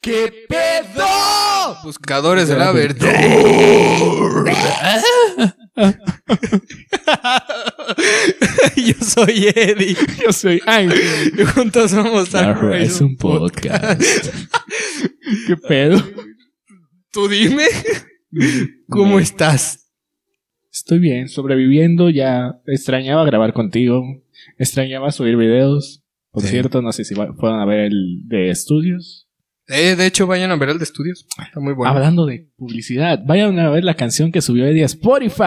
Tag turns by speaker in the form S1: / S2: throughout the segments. S1: ¿Qué pedo?
S2: Buscadores de la verdad. Yo soy Eddie.
S1: Yo soy Ángel.
S2: Y juntos somos Arrow.
S1: podcast. ¿Qué pedo?
S2: Tú dime, ¿cómo estás?
S1: Estoy bien, sobreviviendo. Ya extrañaba grabar contigo. Extrañaba subir videos. Por
S2: Sí.
S1: cierto, no sé si va- fueron a ver el de estudios.
S2: Eh, de hecho, vayan a ver el de estudios. Está muy bueno.
S1: Hablando de publicidad, vayan a ver la canción que subió Eddie a Spotify.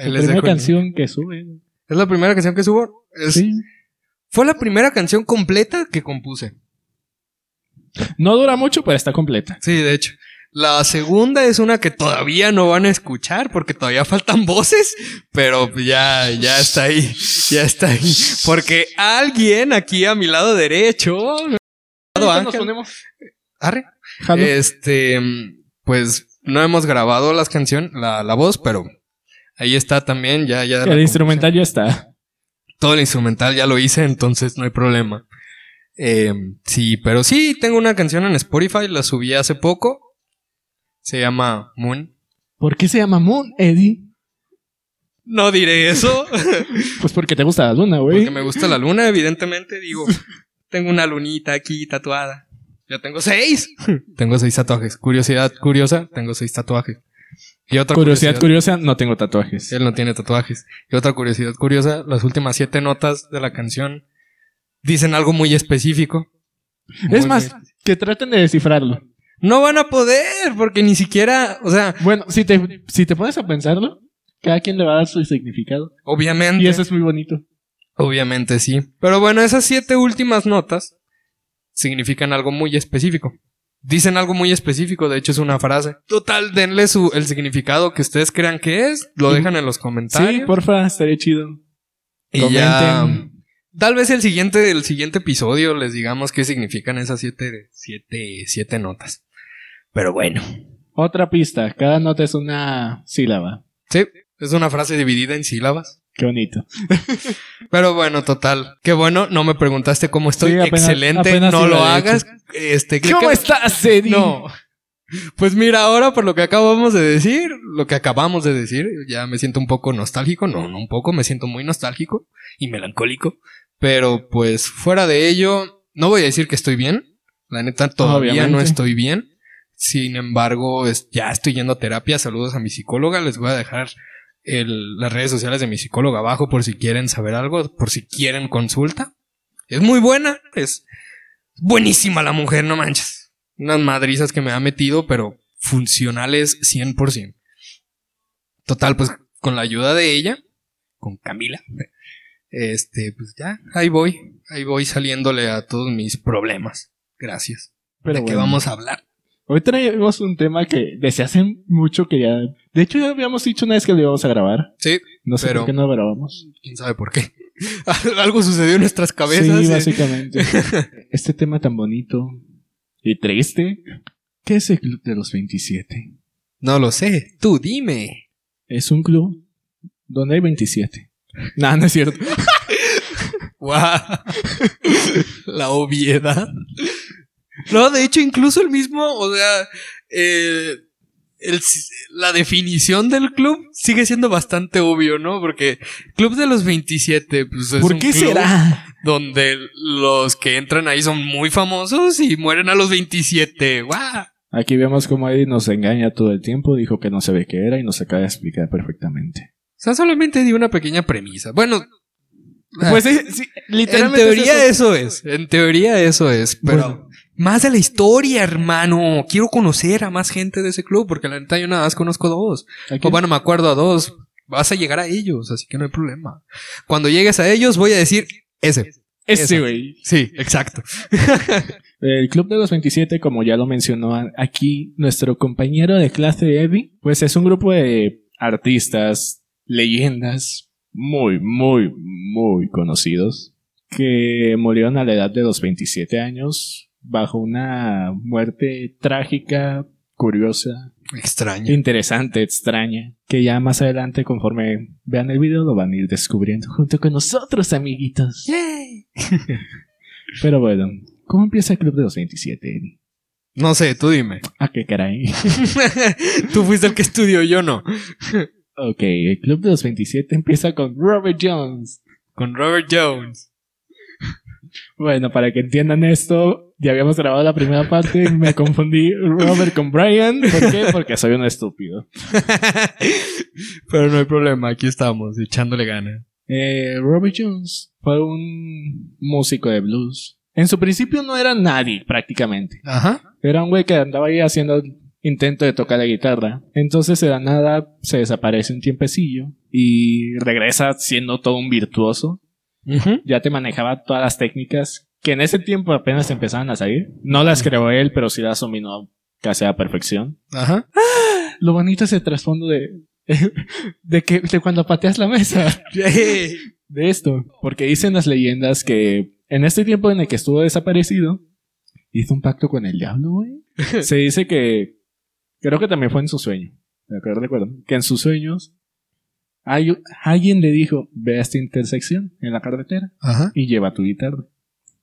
S2: Ahí
S1: la
S2: les
S1: primera
S2: dejo el-
S1: canción que sube.
S2: Es la primera canción que subo. Es-
S1: Sí.
S2: Fue la primera canción completa que compuse.
S1: No dura mucho, pero está completa.
S2: Sí, de hecho. La segunda es una que todavía no van a escuchar porque todavía faltan voces, pero ya, ya está ahí, ya está ahí. Porque alguien aquí a mi lado derecho, Ángel, arre,
S1: Jalo.
S2: este, pues no hemos grabado las canciones, la, la voz, pero ahí está también, ya, ya. la
S1: el
S2: compuse.
S1: instrumental ya está.
S2: Todo el instrumental ya lo hice, entonces no hay problema. Eh, sí, pero sí, tengo una canción en Spotify, la subí hace poco. Se llama Moon.
S1: ¿Por qué se llama Moon, Eddie?
S2: No diré eso.
S1: Pues porque te gusta la luna, güey.
S2: Porque me gusta la luna, evidentemente. Digo, tengo una lunita aquí tatuada. Yo tengo seis. Tengo seis tatuajes. Curiosidad curiosa, tengo seis tatuajes. Y otra
S1: Curiosidad curiosa, no tengo tatuajes.
S2: Él no tiene tatuajes. Y otra curiosidad curiosa, las últimas siete notas de la canción dicen algo muy específico. Muy,
S1: es
S2: muy
S1: más,
S2: espe-
S1: que traten de descifrarlo.
S2: No van a poder, porque ni siquiera, o sea,
S1: Bueno, si te, si te pones a pensarlo, cada quien le va a dar su significado.
S2: obviamente.
S1: Y eso es muy bonito.
S2: Obviamente sí. Pero bueno, esas siete últimas notas significan algo muy específico. Dicen algo muy específico, de hecho es una frase. Total, denle su, el significado que ustedes crean que es, lo
S1: Y-
S2: dejan en los comentarios.
S1: Sí, porfa, estaría chido.
S2: y ya,
S1: comenten.
S2: Tal vez el siguiente, el siguiente episodio les digamos qué significan esas siete, siete, siete notas. Pero bueno.
S1: Otra pista, cada nota es una sílaba.
S2: Sí, es una frase dividida en sílabas.
S1: Qué bonito.
S2: Pero bueno, total. Qué bueno, no me preguntaste cómo estoy.
S1: Sí, apenas-
S2: Excelente,
S1: apenas
S2: no
S1: sí lo
S2: lo
S1: he
S2: hagas. Este, creo
S1: ¿Cómo
S2: que-
S1: estás, Eddie?
S2: No. Pues mira, ahora por lo que acabamos de decir, lo que acabamos de decir, ya me siento un poco nostálgico, no, no un poco, me siento muy nostálgico y melancólico, pero pues fuera de ello, no voy a decir que estoy bien, la neta todavía no
S1: Obviamente.
S2: estoy bien, sin embargo, es- ya estoy yendo a terapia, saludos a mi psicóloga, les voy a dejar el- las redes sociales de mi psicóloga abajo por si quieren saber algo, por si quieren consulta. Es muy buena, es buenísima la mujer, no manches. Unas madrizas que me ha metido, pero funcionales 100%. Total, pues con la ayuda de ella, con Camila, este, pues ya, ahí voy, ahí voy saliéndole a todos mis problemas. Gracias.
S1: Pero
S2: ¿De qué
S1: bueno.
S2: vamos a hablar?
S1: Hoy traemos un tema que desde hace mucho que ya... De hecho, ya habíamos dicho una vez que lo íbamos a grabar.
S2: Sí,
S1: No sé
S2: Pero-
S1: por qué no grabamos.
S2: quién sabe por qué. Algo sucedió en nuestras cabezas.
S1: Sí,
S2: eh.
S1: básicamente. este tema tan bonito y triste. ¿Qué es el Club de los 27?
S2: No lo sé, tú dime.
S1: Es un club donde hay 27. No, no es cierto.
S2: Guau. La obviedad. No, de hecho, incluso el mismo, o sea, eh, el- la definición del club sigue siendo bastante obvio, ¿no? Porque Club de los 27, pues es
S1: ¿Por
S2: un
S1: qué
S2: club
S1: será?
S2: donde los que entran ahí son muy famosos y mueren a los 27. ¡Guau!
S1: Aquí vemos cómo Eddie nos engaña todo el tiempo. Dijo que no sabía qué era y nos acaba de explicar perfectamente.
S2: O sea, solamente di una pequeña premisa. Bueno,
S1: Pues sí, sí,
S2: en
S1: literalmente.
S2: teoría eso es. En teoría eso es. Pero
S1: Bueno.
S2: más de la historia, hermano. Quiero conocer a más gente de ese club porque la neta yo nada más conozco dos.
S1: Aquí-
S2: O bueno, me acuerdo a dos. Vas a llegar a ellos, así que no hay problema. Cuando llegues a ellos voy a decir ese.
S1: Ese, güey.
S2: Sí, exacto.
S1: El Club de los 27, como ya lo mencionó a- aquí nuestro compañero de clase Eddie, pues es un grupo de artistas, leyendas, muy, muy, muy conocidos, que murieron a la edad de los 27 años bajo una muerte trágica, curiosa,
S2: Extraño.
S1: interesante, extraña, que ya más adelante, conforme vean el video, lo van a ir descubriendo junto con nosotros, amiguitos. Pero bueno, ¿cómo empieza el Club de los 27, Eddie?
S2: No sé, tú dime.
S1: Ah, qué caray.
S2: tú fuiste el que estudió, yo no.
S1: Ok, el Club de los 27 empieza con Robert Jones.
S2: Con Robert Jones.
S1: Bueno, para que entiendan esto, ya habíamos grabado la primera parte, me confundí Robert con Brian. ¿Por qué? Porque soy un estúpido.
S2: Pero no hay problema, aquí estamos, echándole ganas.
S1: Eh, Robert Jones fue un músico de blues. En su principio no era nadie, prácticamente.
S2: Ajá.
S1: Era un güey que andaba ahí haciendo intento de tocar la guitarra. Entonces, de la nada, se desaparece un tiempecillo y regresa siendo todo un virtuoso. Ya te manejaba todas las técnicas que en ese tiempo apenas empezaban a salir. No las creó él, pero sí las dominó casi a la perfección.
S2: Ajá.
S1: Lo bonito es el trasfondo de, de que de cuando pateas la mesa de esto, porque dicen las leyendas que en este tiempo en el que estuvo desaparecido, hizo un pacto con el diablo, güey. Se dice que, creo que también fue en su sueño, de acuerdo, recuerdo, que en sus sueños hay- alguien le dijo, ve a esta intersección en la carretera
S2: Ajá.
S1: y lleva tu guitarra.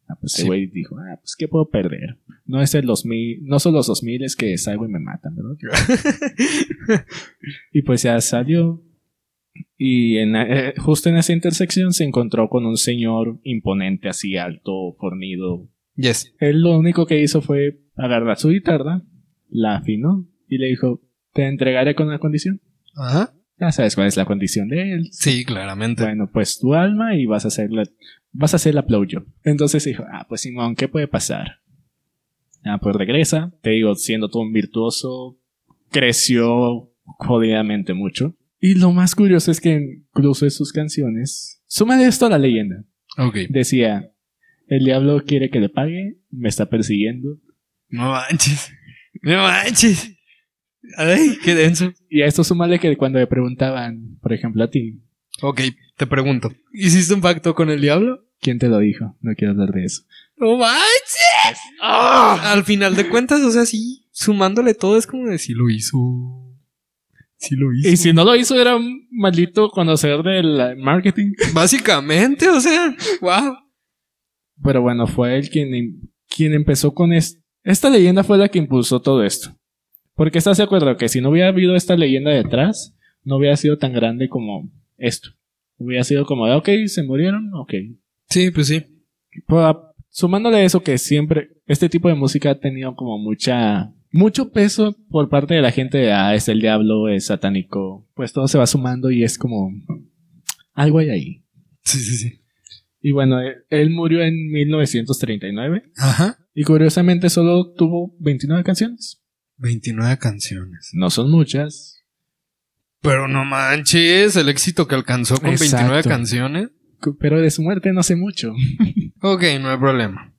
S1: Ah, pues ese
S2: Sí.
S1: güey dijo, ah, pues qué puedo perder. No es el 2000, no son los 2000 es que salgo y me matan, ¿verdad? y pues ya salió. Y en, eh, justo en esa intersección se encontró con un señor imponente, así alto, fornido.
S2: Yes.
S1: Él lo único que hizo fue agarrar su guitarra, la afinó y le dijo, te entregaré con una condición.
S2: Ajá.
S1: Ya sabes cuál es la condición de él.
S2: Sí, claramente.
S1: Bueno, pues tu alma y vas a hacer la, vas a hacer la blowjob. Entonces dijo, ah, pues Simón, ¿qué puede pasar? Ah, pues regresa. Te digo, siendo todo un virtuoso, creció jodidamente mucho. Y lo más curioso es que incluso en sus canciones, súmale esto a la leyenda.
S2: Ok.
S1: Decía, el diablo quiere que le pague, me está persiguiendo.
S2: No manches. No manches. Ay, qué denso.
S1: Y a esto súmale que cuando le preguntaban, por ejemplo, a ti,
S2: Ok, te pregunto. ¿Hiciste un pacto con el diablo?
S1: ¿quién te lo dijo? No quiero hablar de eso.
S2: No manches. Al final de cuentas, o sea, sí, sumándole todo es como de si lo hizo. Si lo hizo.
S1: Y si no lo hizo, era un maldito conocedor del marketing.
S2: Básicamente, o sea, wow.
S1: Pero bueno, fue él quien, em, quien empezó con esto. Esta leyenda fue la que impulsó todo esto. Porque estás de acuerdo que si no hubiera habido esta leyenda detrás, no hubiera sido tan grande como esto. Hubiera sido como, ok, se murieron, ok.
S2: Sí, pues sí.
S1: Pero a- sumándole eso que siempre, este tipo de música ha tenido como mucha, mucho peso por parte de la gente de, ah, es el diablo, es satánico. Pues todo se va sumando y es como, algo hay ahí.
S2: Sí, sí, sí.
S1: Y bueno, e- él murió en 1939
S2: Ajá.
S1: y curiosamente solo tuvo 29 canciones.
S2: 29 canciones.
S1: No son muchas.
S2: Pero no manches, el éxito que alcanzó con
S1: Exacto.
S2: 29 canciones.
S1: cu- Pero de su muerte no sé mucho.
S2: Ok, no hay problema.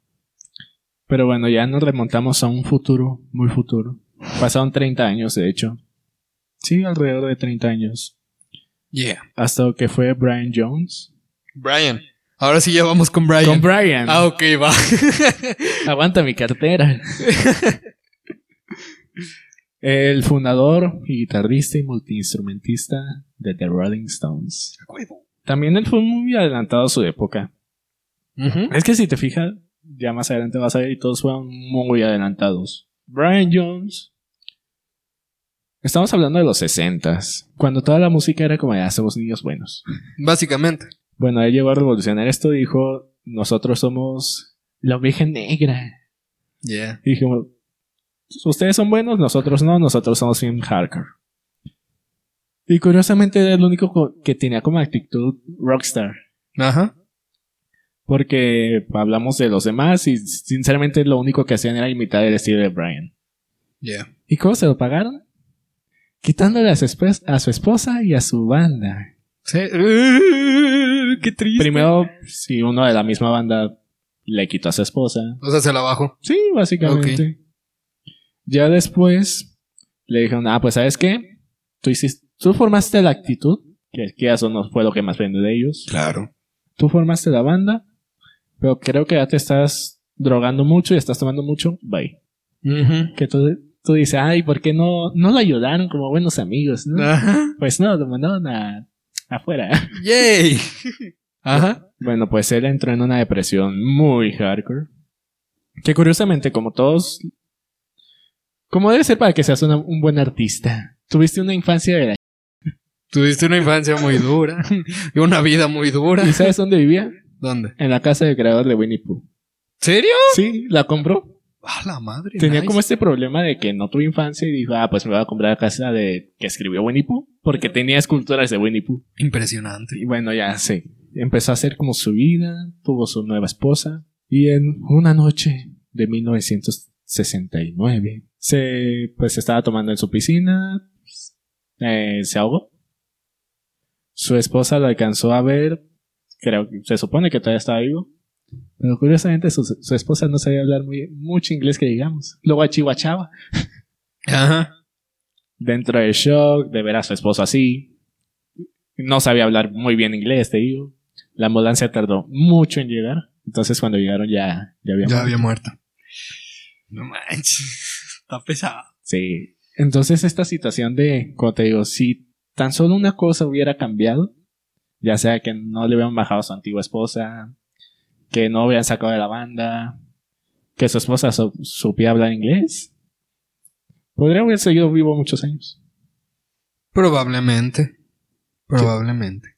S1: Pero bueno, ya nos remontamos a un futuro, muy futuro. Pasaron 30 años, de hecho. Sí, alrededor de 30 años.
S2: Yeah.
S1: Hasta que fue Brian Jones.
S2: Brian. Ahora sí ya vamos con Brian.
S1: Con Brian.
S2: Ah, ok, va.
S1: Aguanta mi cartera. El fundador y guitarrista y multiinstrumentista de The Rolling Stones. También él fue muy adelantado a su época.
S2: Ujú.
S1: Es que si te fijas, ya más adelante vas a ver y todos fueron muy adelantados. Brian Jones. Estamos hablando de los 60 cuando toda la música era como de hacemos niños buenos.
S2: Básicamente.
S1: Bueno, él llegó a revolucionar esto, dijo, nosotros somos la oveja negra.
S2: Yeah.
S1: Y dijimos, ustedes son buenos, nosotros no, nosotros somos bien hardcore. Y curiosamente era el único co- que tenía como actitud rockstar.
S2: Ajá.
S1: Porque hablamos de los demás y sinceramente lo único que hacían era imitar el estilo de Brian.
S2: Yeah.
S1: ¿Y cómo se lo pagaron? Quitándole a su, espe- a su esposa y a su banda.
S2: Sí. Uh, qué triste.
S1: Primero, si uno de la misma banda le quitó a su esposa.
S2: O sea, se la bajo.
S1: Sí, básicamente. Ya después le dijeron, ah, pues sabes qué, tú, hiciste, tú formaste la actitud, que, que eso no fue lo que más vende de ellos.
S2: Claro.
S1: tú formaste la banda, pero creo que ya te estás drogando mucho y estás tomando mucho, bye. Que tú, tú dices, ay, ¿por qué no, no lo ayudaron como buenos amigos? ¿no?
S2: Ajá.
S1: Pues no, lo mandaron a, afuera.
S2: Yay. Ajá.
S1: Bueno, pues él entró en una depresión muy hardcore. Que curiosamente, como todos Como debe ser para que seas una- un buen artista. Tuviste una infancia de la...
S2: Tuviste una infancia muy dura y una vida muy dura.
S1: ¿Y sabes dónde vivía?
S2: ¿Dónde?
S1: En la casa del creador de Winnie Pooh.
S2: ¿Serio?
S1: Sí, la compró.
S2: A la madre.
S1: Tenía
S2: nice.
S1: como este problema de que no tuvo infancia y dijo, ah, pues me voy a comprar la casa de que escribió Winnie Pooh, porque tenía esculturas de Winnie Pooh.
S2: impresionante.
S1: Y bueno, ya sí. Empezó a hacer como su vida, tuvo su nueva esposa. Y en una noche de 1969, se, pues estaba tomando en su piscina, eh, se ahogó. Su esposa lo alcanzó a ver, creo que se supone que todavía estaba vivo. Pero curiosamente su, su esposa no sabía hablar muy, mucho inglés que digamos. Luego achihuachaba.
S2: Ajá.
S1: Dentro del shock de ver a su esposo así. No sabía hablar muy bien inglés, te digo. La ambulancia tardó mucho en llegar. Entonces cuando llegaron ya, ya había
S2: Ya
S1: muerto.
S2: había muerto. No manches. Está pesado.
S1: Sí. Entonces esta situación de, como te digo, si tan solo una cosa hubiera cambiado, ya sea que no le hubieran bajado a su antigua esposa, que no hubieran sacado de la banda, que su esposa su- supiera hablar inglés, podría haber seguido vivo muchos años.
S2: Probablemente. Probablemente.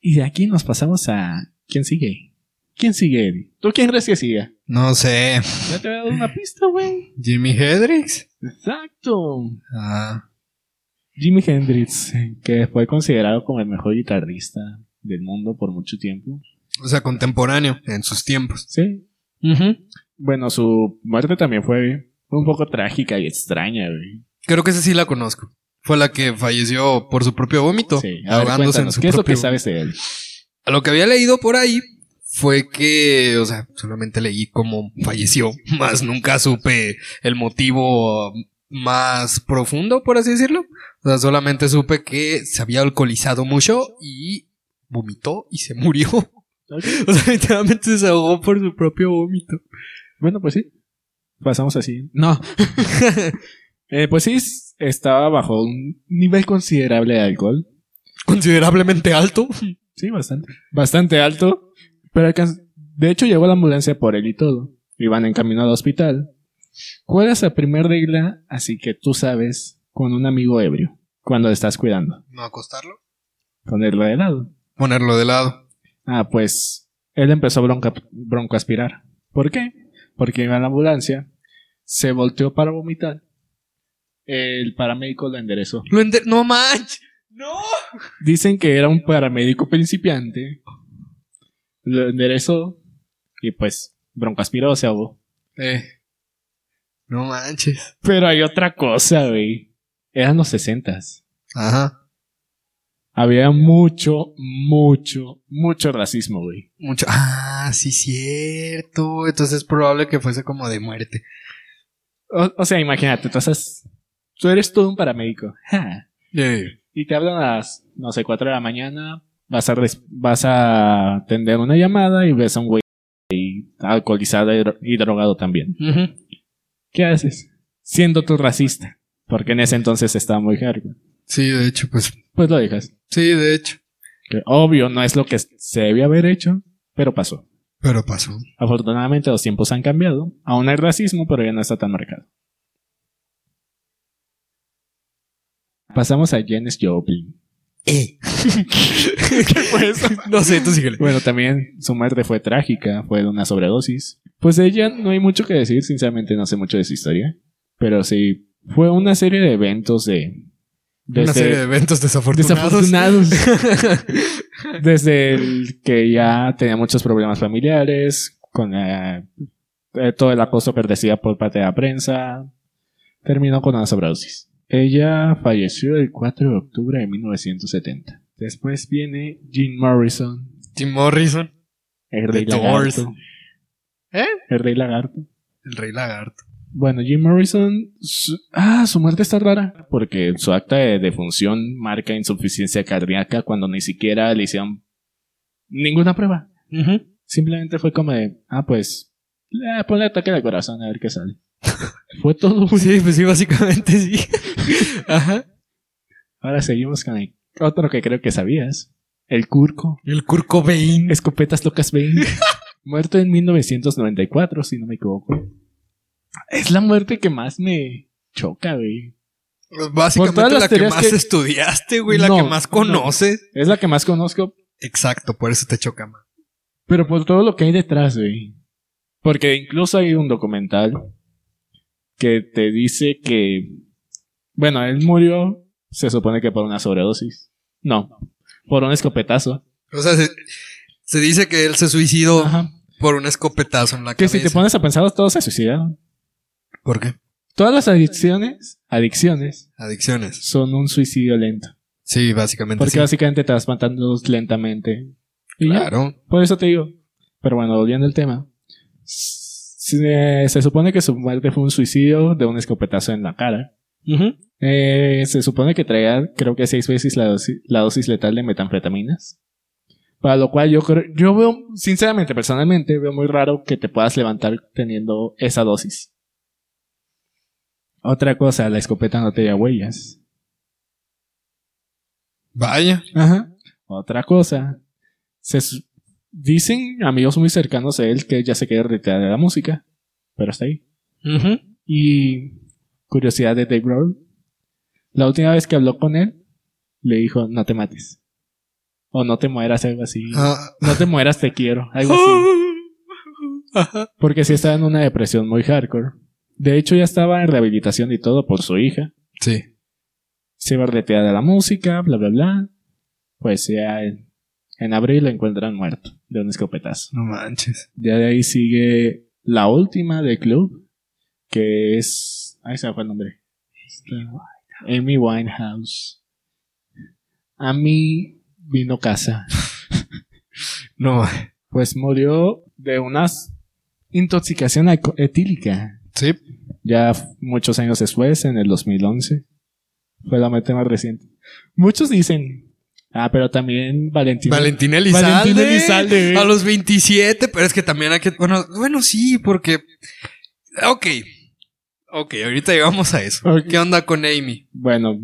S1: Y de aquí nos pasamos a... ¿Quién sigue? ¿Quién sigue, Eddie? ¿Tú quién crees que siga?
S2: No sé.
S1: Ya te voy a dar una pista, güey.
S2: Jimi Hendrix.
S1: Exacto.
S2: Ah.
S1: Jimi Hendrix, que fue considerado como el mejor guitarrista del mundo por mucho tiempo.
S2: O sea, contemporáneo en sus tiempos.
S1: Sí. Bueno, su muerte también fue un poco trágica y extraña, güey.
S2: Creo que esa sí la conozco. Fue la que falleció por su propio vómito.
S1: Sí. A ver,
S2: ahogándose en
S1: cuéntanos,
S2: su
S1: ¿qué es lo
S2: propio
S1: que sabes de él?
S2: A lo que había leído por ahí fue que, o sea, solamente leí cómo falleció, más nunca supe el motivo um, más profundo, por así decirlo. O sea, solamente supe que se había alcoholizado mucho y vomitó y se murió. O sea, literalmente se ahogó por su propio vómito.
S1: Bueno, pues sí. Pasamos así. No. Eh, pues sí, estaba bajo un nivel considerable de alcohol.
S2: Considerablemente alto.
S1: Sí, bastante. Bastante alto. Pero alcanz- de hecho llegó la ambulancia por él y todo. Iban en camino al hospital. ¿Cuál es la primera regla? Así que tú sabes, con un amigo ebrio, cuando le estás cuidando,
S2: No acostarlo.
S1: ponerlo de lado.
S2: Ponerlo de lado.
S1: Ah, pues él empezó a bronca, broncoaspirar. ¿Por qué? Porque iba en la ambulancia, se volteó para vomitar. El paramédico lo enderezó.
S2: Lo enter- no manches. No.
S1: Dicen que era un paramédico principiante. Lo enderezó y pues broncoaspiró, se ahogó.
S2: Eh. No manches.
S1: Pero hay otra cosa, güey. Eran los sesentas.
S2: Ajá.
S1: Había mucho, mucho, mucho racismo, güey.
S2: Mucho. Ah, sí, cierto. Entonces es probable que fuese como de muerte.
S1: O, o sea, imagínate, tú, estás- tú eres todo un paramédico. Ja.
S2: Eh.
S1: Y te hablan a las, no sé, 4 de la mañana. Vas a, res- vas a atender una llamada y ves a un güey ahí alcoholizado y dro- y drogado también.
S2: Ujú.
S1: ¿Qué haces? Siendo tú racista. Porque en ese entonces estaba muy hardcore.
S2: Sí, de hecho, pues.
S1: Pues lo dejas.
S2: Sí, de hecho.
S1: Que obvio, no es lo que se debía haber hecho, pero pasó.
S2: Pero pasó.
S1: Afortunadamente los tiempos han cambiado. Aún hay racismo, pero ya no está tan marcado. Pasamos a Janis Joplin.
S2: Eh. ¿Qué fue eso? No sé, tú síguele.
S1: Bueno, también su muerte fue trágica, fue de una sobredosis. Pues de ella no hay mucho que decir, sinceramente no sé mucho de su historia. Pero sí, fue una serie de eventos de...
S2: Una
S1: desde-
S2: serie de eventos desafortunados.
S1: desafortunados. Desde el que ya tenía muchos problemas familiares, con eh, eh, todo el acoso que recibía por parte de la prensa, terminó con una sobredosis. Ella falleció el 4 de octubre de 1970. Después viene Jim Morrison,
S2: Tim Morrison.
S1: el rey
S2: The Doors.
S1: lagarto.
S2: ¿Eh?
S1: El rey lagarto.
S2: El rey lagarto.
S1: Bueno, Jim Morrison, su- ah, su muerte está rara, porque su acta de defunción marca insuficiencia cardíaca cuando ni siquiera le hicieron ninguna prueba. Simplemente fue como de, ah, pues, eh, ponle ataque al corazón a ver qué sale. fue todo. güey.
S2: Sí, pues sí, básicamente sí. Ajá.
S1: Ahora seguimos con el otro que creo que sabías, el Curco,
S2: El Kurt Cobain.
S1: escopetas locas Bain, muerto en 1994, si no me equivoco. Es la muerte que más me choca, güey. Por todas
S2: Pues, Básicamente
S1: las
S2: la que
S1: teorías
S2: más
S1: que-
S2: estudiaste, güey, la
S1: No,
S2: que más
S1: no.
S2: conoces.
S1: Es la que más conozco,
S2: Exacto, por eso te choca más.
S1: pero por todo lo que hay detrás, güey. Porque incluso hay un documental que te dice que, bueno, él murió, se supone que por una sobredosis. No, por un escopetazo.
S2: O sea, se, se dice que él se suicidó
S1: Ajá.
S2: por un escopetazo en la
S1: Que
S2: cabeza.
S1: si te pones a pensar, todos se suicidaron.
S2: ¿Por qué?
S1: Todas las adicciones, adicciones,
S2: Adicciones.
S1: son un suicidio lento.
S2: Sí, básicamente.
S1: Porque
S2: sí.
S1: básicamente te vas matando lentamente. Y ya.
S2: Claro.
S1: Por eso te digo. Pero bueno, volviendo al tema. eh, Se, se supone que su muerte fue un suicidio de un escopetazo en la cara. Eh, se supone que traía, creo que seis veces la dosis, la dosis letal de metanfetaminas. Para lo cual yo creo, yo veo, sinceramente, personalmente, veo muy raro que te puedas levantar teniendo esa dosis. Otra cosa, la escopeta no te da huellas.
S2: Vaya.
S1: Ajá. Otra cosa. Se su- dicen amigos muy cercanos a él que ya se quiere retirar de la música. Pero está ahí. Y curiosidad de Dave Grohl. La última vez que habló con él, le dijo, no te mates. O no te mueras, algo así.
S2: Ah.
S1: No te mueras, te quiero. Algo así. Porque sí estaba en una depresión muy hardcore. De hecho, ya estaba en rehabilitación y todo por su hija.
S2: Sí.
S1: se va a retirar de la música, bla, bla, bla. Pues ya en, en abril lo encuentran muerto de un escopetazo.
S2: No manches.
S1: Ya de ahí sigue la última del club, que es... Ahí se me fue el nombre. Esta- Amy Winehouse. A mí vino casa.
S2: No.
S1: Pues murió de una s- intoxicación alco- etílica.
S2: Sí.
S1: Ya f- muchos años después, en el 2011, fue la muerte más reciente. Muchos dicen, ah, pero también Valentín.
S2: Valentín Elizalde.
S1: Valentín Elizalde, güey.
S2: A los 27, pero es que también hay que. Bueno, bueno, sí, porque. Ok. Ok, ahorita llegamos a eso.
S1: Ok.
S2: ¿Qué onda con Amy?
S1: Bueno,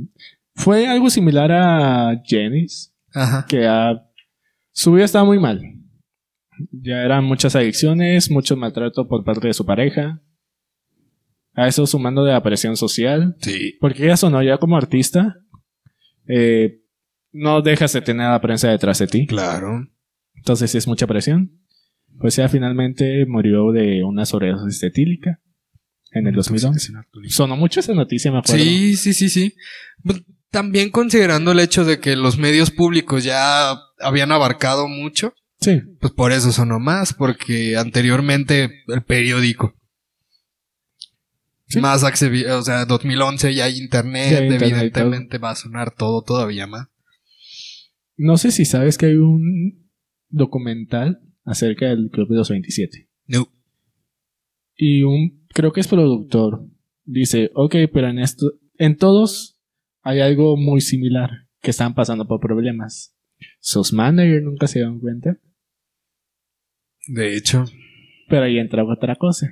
S1: fue algo similar a Jennings,
S2: Ajá.
S1: que ah, su vida estaba muy mal. Ya eran muchas adicciones, mucho maltrato por parte de su pareja. A eso sumando de la presión social,
S2: Sí.
S1: Porque ya sonó ya como artista. eh, no dejas de tener a la prensa detrás de ti.
S2: Claro.
S1: Entonces sí es mucha presión. Pues ya finalmente murió de una sobredosis etílica en el 2011. Sonó mucho esa noticia, me acuerdo.
S2: Sí, sí, sí, sí. Pues, También considerando el hecho de que los medios públicos ya habían abarcado mucho,
S1: Sí.
S2: pues por eso sonó más, porque anteriormente el periódico.
S1: Sí.
S2: Más accesible, o sea, 2011 ya hay internet,
S1: Ya hay internet y
S2: evidentemente va a sonar todo todavía más.
S1: No sé si sabes que hay un documental acerca del Club de los 27.
S2: No.
S1: Y un, creo que es productor, dice, ok, pero en esto, en todos hay algo muy similar, que están pasando por problemas. Sus managers nunca se dieron cuenta,
S2: De hecho,
S1: pero ahí entra otra cosa.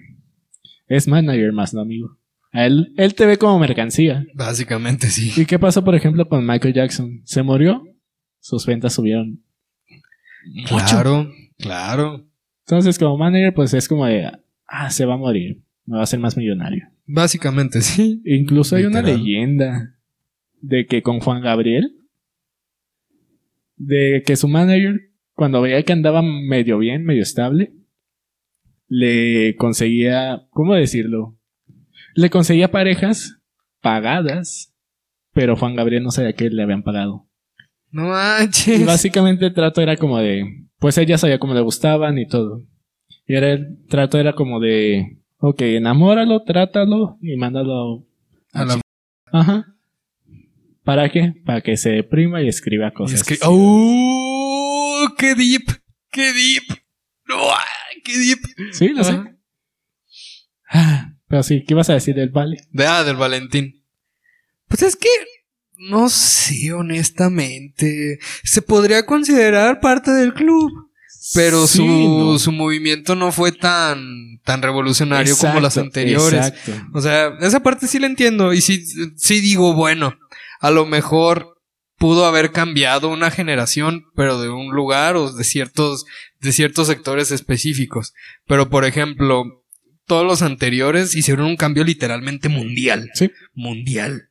S1: Es manager más, no amigo. A él, él te ve como mercancía.
S2: básicamente sí.
S1: ¿Y qué pasó, por ejemplo, con Michael Jackson? ¿Se murió? Sus ventas subieron.
S2: Claro, claro.
S1: Entonces, como manager, pues es como de, ah, se va a morir, me va a hacer más millonario.
S2: Básicamente sí.
S1: Incluso hay una
S2: Literal.
S1: leyenda de que con Juan Gabriel, de que su manager, cuando veía que andaba medio bien, medio estable, le conseguía, ¿cómo decirlo? Le conseguía parejas pagadas, pero Juan Gabriel no sabía que le habían pagado.
S2: No
S1: Y
S2: manches.
S1: básicamente el trato era como de, pues ella sabía cómo le gustaban y todo. Y era el trato era como de, ok, enamóralo, trátalo y mándalo.
S2: A la-
S1: Ajá. ¿Para qué? Para que se deprima y escriba
S2: y
S1: cosas.
S2: es que- ¡Oh! ¡Qué deep! ¡Qué deep! ¡No! ah, ¡Qué deep!
S1: Sí, lo sé.
S2: Ajá.
S1: Ah, Pero sí, ¿qué ibas a decir del vale?
S2: De, ah, del Valentín. Pues es que no sé, honestamente. Se podría considerar parte del club, pero
S1: Sí,
S2: su,
S1: no.
S2: su movimiento no fue tan, tan revolucionario como
S1: Exacto,
S2: las anteriores.
S1: Exacto.
S2: O sea, esa parte sí la entiendo y sí, sí digo, bueno, a lo mejor pudo haber cambiado una generación, pero de un lugar o de ciertos, de ciertos sectores específicos. Pero, por ejemplo, todos los anteriores hicieron un cambio literalmente mundial.
S1: Sí.
S2: Mundial.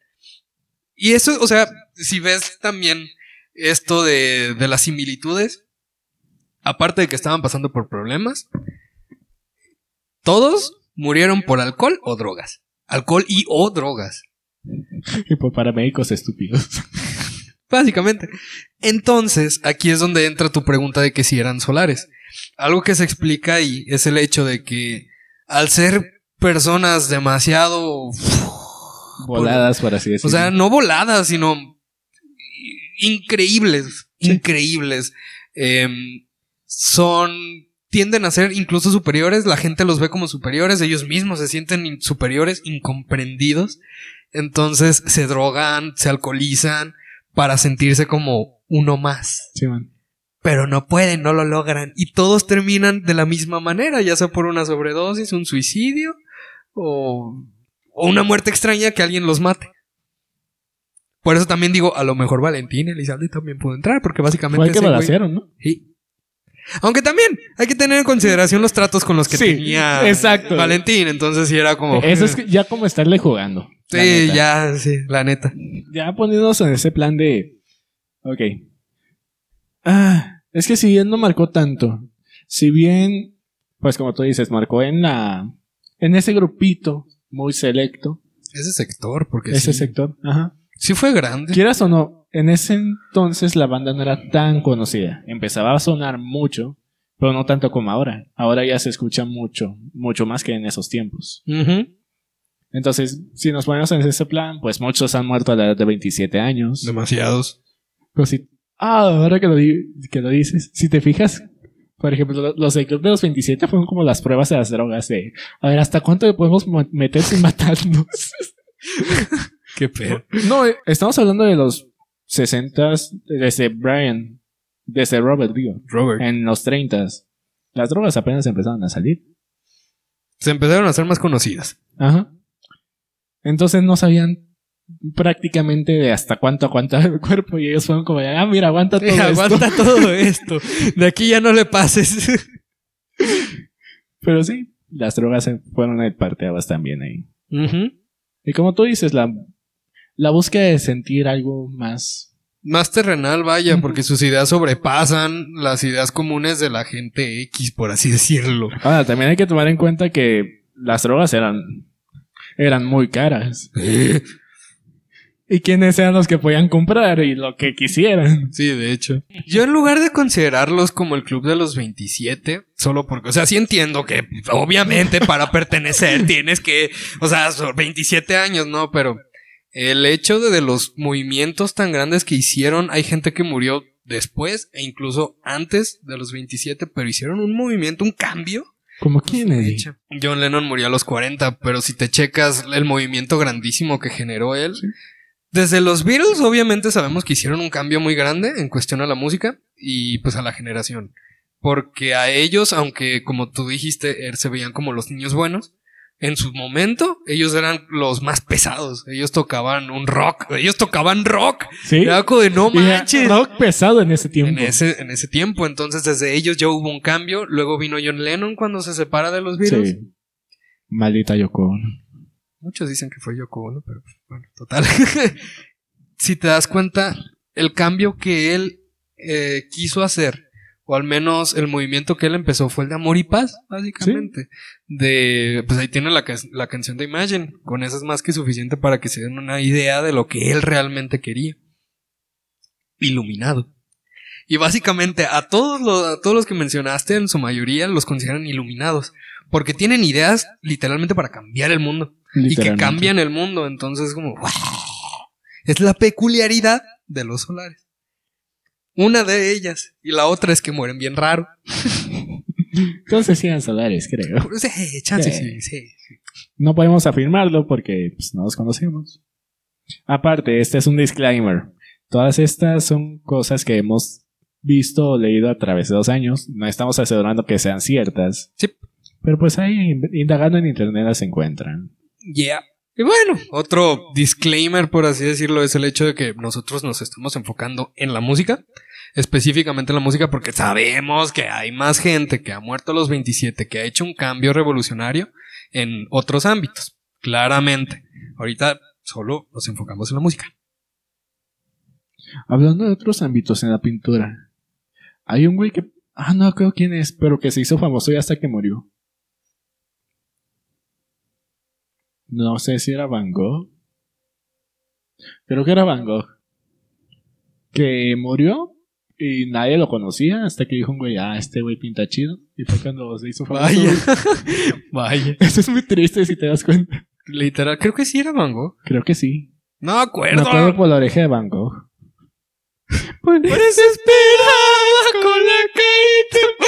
S2: Y eso, o sea, si ves también esto de, de las similitudes, aparte de que estaban pasando por problemas, todos murieron por alcohol o drogas. Alcohol y o drogas.
S1: Y por paramédicos estúpidos.
S2: Básicamente. Entonces, aquí es donde entra tu pregunta de que si eran solares. Algo que se explica ahí es el hecho de que al ser personas demasiado...
S1: Voladas, por así
S2: O
S1: decirlo.
S2: sea, no voladas, sino increíbles, increíbles. Em, son, tienden a ser incluso superiores, la gente los ve como superiores, ellos mismos se sienten in- superiores, incomprendidos. Entonces se drogan, se alcoholizan para sentirse como uno más.
S1: Sí, man.
S2: Pero no pueden, no lo logran. Y todos terminan de la misma manera, ya sea por una sobredosis, un suicidio o, o una muerte extraña que alguien los mate. Por eso también digo, a lo mejor Valentín Elizalde también pudo entrar, porque básicamente...
S1: Fue el que
S2: ese güey-
S1: balancearon, ¿no?
S2: Sí. Aunque también hay que tener en consideración los tratos con los que
S1: Sí,
S2: tenía
S1: exacto.
S2: Valentín. Entonces sí era como. "Mm,
S1: Eso es que- ya como estarle jugando. la
S2: Sí,
S1: neta.
S2: ya, sí, la neta.
S1: Ya poniéndonos en ese plan de. Ok. Ah, es que si bien no marcó tanto. Si bien, pues como tú dices, marcó en la. En ese grupito muy selecto.
S2: Ese sector, porque
S1: ese
S2: sí,
S1: sector. Ajá.
S2: sí fue grande.
S1: Quieras o no, en ese entonces la banda no era tan conocida. Empezaba a sonar mucho, pero no tanto como ahora. Ahora ya se escucha mucho, mucho más que en esos tiempos.
S2: Ujú.
S1: Entonces, si nos ponemos en ese plan, pues muchos han muerto a la edad de 27 años.
S2: Demasiados.
S1: Pero si- ah, ahora que lo, di- que lo dices, si te fijas, por ejemplo, lo- los del Club de los 27 fueron como las pruebas de las drogas de, a ver, ¿hasta cuánto le podemos ma- meter sin matarnos?
S2: Qué pedo.
S1: no, eh, estamos hablando de los 60s, desde Brian, desde Robert, digo,
S2: Robert.
S1: en los 30s. Las drogas apenas empezaban a salir.
S2: Se empezaron a hacer más conocidas.
S1: Ajá. Entonces no sabían prácticamente de hasta cuánto aguantaba el cuerpo y ellos fueron como, de, ah, mira, aguanta todo esto".
S2: Aguanta todo esto. De aquí ya no le pases.
S1: Pero sí, las drogas fueron el parteaguas también ahí.
S2: Ujú.
S1: Y como tú dices, la, la búsqueda de sentir algo más.
S2: Más terrenal, vaya,
S1: Ujú.
S2: porque sus ideas sobrepasan las ideas comunes de la gente X, por así decirlo.
S1: Ahora, también hay que tomar en cuenta que las drogas eran, eran muy caras. Y quiénes eran los que podían comprar y lo que quisieran.
S2: Sí, de hecho. Yo en lugar de considerarlos como el club de los 27, solo porque, o sea, sí entiendo que obviamente para pertenecer tienes que, o sea, son 27 años, ¿no? Pero el hecho de, de los movimientos tan grandes que hicieron, hay gente que murió después e incluso antes de los 27, pero hicieron un movimiento, un cambio
S1: Como quiénes.
S2: hecho. John Lennon murió a los 40, pero si te checas el movimiento grandísimo que generó él. Desde los Beatles, obviamente sabemos que hicieron un cambio muy grande en cuestión a la música y pues a la generación. Porque a ellos, aunque como tú dijiste, eh, se veían como los niños buenos, en su momento ellos eran los más pesados. Ellos tocaban un rock, ellos tocaban rock.
S1: Sí.
S2: Era como de no
S1: Y era
S2: manches.
S1: rock pesado en ese tiempo.
S2: En ese, en ese tiempo, entonces desde ellos ya hubo un cambio. Luego vino John Lennon cuando se separa de los Beatles.
S1: Sí. Maldita Yoko. Ono.
S2: Muchos dicen que fue Yoko Ono, pero pues, bueno, total. si te das cuenta, el cambio que él eh, quiso hacer, o al menos el movimiento que él empezó, fue el de amor y paz, básicamente. De, pues ahí tiene la, ca- la canción de Imagine. Con eso es más que suficiente para que se den una idea de lo que él realmente quería. Iluminado. Y básicamente a todos, los, a todos los que mencionaste, en su mayoría los consideran iluminados. Porque tienen ideas literalmente para cambiar el mundo y que
S1: Literalmente.
S2: cambian el mundo. Entonces, como ¡guau! es la peculiaridad de los solares. Una de ellas y la otra es que mueren bien raro.
S1: Entonces sí eran solares, creo.
S2: Pero sí, chance,
S1: Sí.
S2: sí, sí.
S1: No podemos afirmarlo porque pues, no los conocemos. Aparte, este es un disclaimer. Todas estas son cosas que hemos visto o leído a través de los años. No estamos asegurando que sean ciertas.
S2: Sí.
S1: Pero pues ahí ind- indagando en internet las encuentran.
S2: Yeah. Y bueno, otro disclaimer, por así decirlo, es el hecho de que nosotros nos estamos enfocando en la música, específicamente en la música, porque sabemos que hay más gente que ha muerto a los 27, que ha hecho un cambio revolucionario en otros ámbitos, claramente. Ahorita solo nos enfocamos en la música.
S1: Hablando de otros ámbitos en la pintura, hay un güey que. Ah, no creo quién es, pero que se hizo famoso ya hasta que murió. No sé si era Van Gogh. Creo que era Van Gogh. Que murió y nadie lo conocía hasta que dijo un güey, ah, este güey pinta chido. Y fue cuando se hizo famoso.
S2: Vaya,
S1: güey.
S2: vaya.
S1: Eso es muy triste si te das cuenta.
S2: Literal, creo que sí era Van Gogh.
S1: Creo que sí.
S2: No
S1: Me
S2: acuerdo.
S1: acuerdo por la oreja de Van Gogh.
S2: Por eso esperaba con la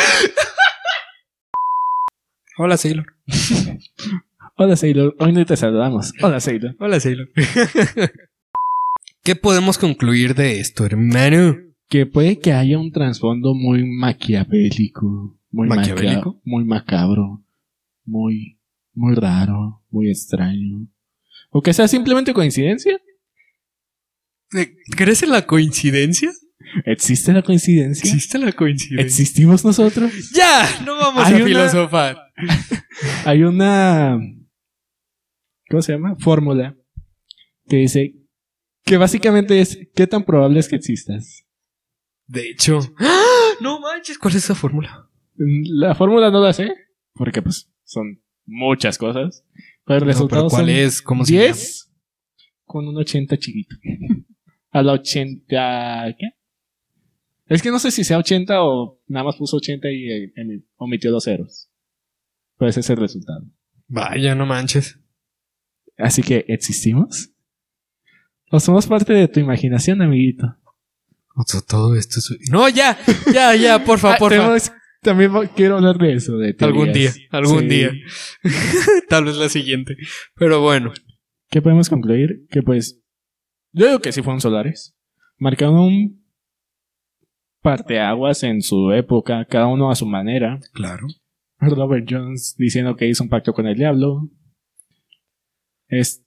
S2: carita. Hola, Sailor.
S1: Hola Sailor, hoy no te saludamos. Hola Sailor.
S2: Hola, Sailor. ¿Qué podemos concluir de esto, hermano?
S1: Que puede que haya un trasfondo muy maquiavélico, muy
S2: ¿Maquiavélico?
S1: maca- muy macabro, muy, muy raro, muy extraño. O que sea simplemente coincidencia.
S2: Eh, ¿Crees en la coincidencia?
S1: ¿Existe la coincidencia?
S2: ¿Existe la coincidencia?
S1: ¿Existimos nosotros?
S2: Ya, no vamos
S1: Hay
S2: a
S1: una-
S2: filosofar.
S1: Hay una. ¿Cómo se llama? Fórmula que dice que básicamente es qué tan probable es que existas.
S2: De hecho. ¡Ah! No manches, ¿cuál es esa fórmula?
S1: La fórmula no la sé, porque pues son muchas cosas. Pero el
S2: No,
S1: resultado
S2: pero ¿Cuál
S1: son
S2: es? ¿Cómo se
S1: 10 con un 80 chiquito. A la 80. ¿Qué? Es que no sé si sea 80 o nada más puso 80 y eh, em- omitió los ceros. Pues ese es el resultado.
S2: llama? Vaya, no manches.
S1: Así que, ¿existimos? ¿O somos parte de tu imaginación, amiguito?
S2: O sea, Todo esto es... No, ya, ya, ya, porfa,
S1: Ah,
S2: porfa.
S1: tenemos- también va- quiero hablar de eso, de
S2: Algún día,
S1: teorías.
S2: algún
S1: Sí.
S2: día. Tal vez la siguiente. Pero bueno,
S1: ¿Qué podemos concluir? Que pues, yo digo que sí fueron solares. Marcaron un parteaguas en su época, cada uno a su manera.
S2: claro.
S1: Robert Jones diciendo que hizo un pacto con el diablo. Es-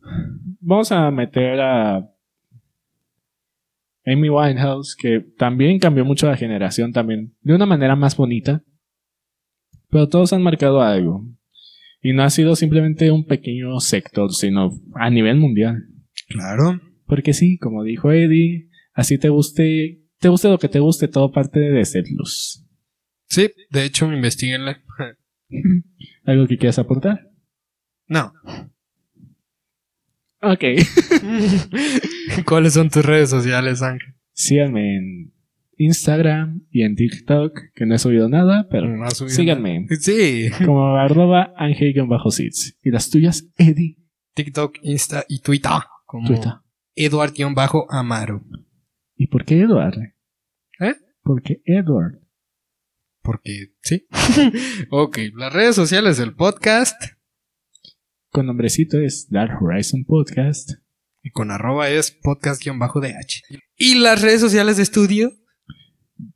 S1: vamos a meter a Amy Winehouse, que también cambió mucho la generación, también de una manera más bonita. Pero todos han marcado algo. Y no ha sido simplemente un pequeño sector, sino a nivel mundial.
S2: Claro.
S1: Porque sí, como dijo Eddie, así te guste, te guste lo que te guste, todo parte de ser luz.
S2: Sí, de hecho, investiguenla.
S1: ¿Algo que quieras aportar?
S2: No.
S1: Ok.
S2: ¿Cuáles son tus redes sociales, Ángel?
S1: Síganme en Instagram y en TikTok, que no he subido nada, pero
S2: No has subido
S1: síganme.
S2: nada. Sí.
S1: Como arroba angel-sits. Y las tuyas, Eddie,
S2: TikTok, Insta y Twitter. Como
S1: Twitter.
S2: Eduard-Amaro.
S1: ¿Y por qué Edward?
S2: ¿Eh?
S1: ¿Por qué Edward?
S2: Porque, sí. ok, las redes sociales del podcast.
S1: Con nombrecito es Dark Horizon Podcast.
S2: Y con arroba es podcast-DH. Y las redes sociales de estudio.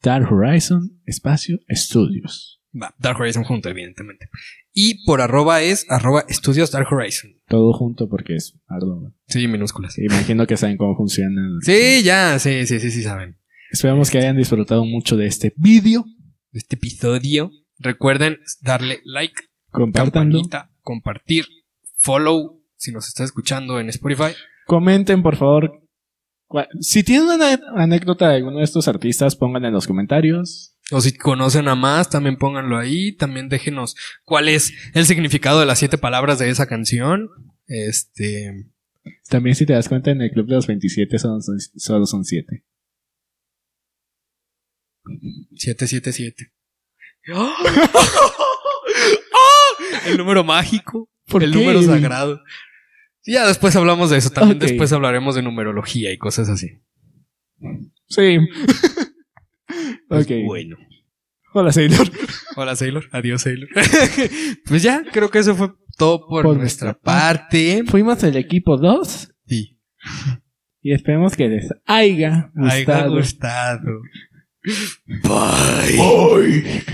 S1: Dark Horizon Espacio Estudios.
S2: Va, Dark Horizon junto, evidentemente. Y por arroba es arroba estudios Dark Horizon.
S1: Todo junto porque es arroba.
S2: Sí, minúsculas.
S1: Imagino que saben cómo funcionan.
S2: Sí, ya, sí, sí, sí, sí saben.
S1: Esperamos que hayan disfrutado mucho de este vídeo.
S2: De Este episodio. Recuerden darle like,
S1: Compartanlo.
S2: campanita, compartir, follow si nos está escuchando en Spotify.
S1: Comenten, por favor. cua- Si tienen una ane- anécdota de alguno de estos artistas, pónganla en los comentarios.
S2: O si conocen a más, también pónganlo ahí. También déjenos cuál es el significado de las siete palabras de esa canción. Este.
S1: También si te das cuenta, en el club de los 27 solo son, solo son 7.
S2: 777. ¡Ah! El número mágico.
S1: ¿Por
S2: el
S1: qué?
S2: número sagrado. Ya después hablamos de eso. También
S1: Ok.
S2: después hablaremos de numerología y cosas así.
S1: Sí.
S2: Pues
S1: ok.
S2: Bueno.
S1: Hola, señor.
S2: Hola, Sailor. Adiós, Sailor. pues ya, creo que eso fue todo por,
S1: Por
S2: nuestra
S1: nuestra parte.
S2: parte.
S1: Fuimos el equipo 2
S2: Sí.
S1: y esperemos que les haya
S2: Haya
S1: gustado.
S2: gustado. Bye.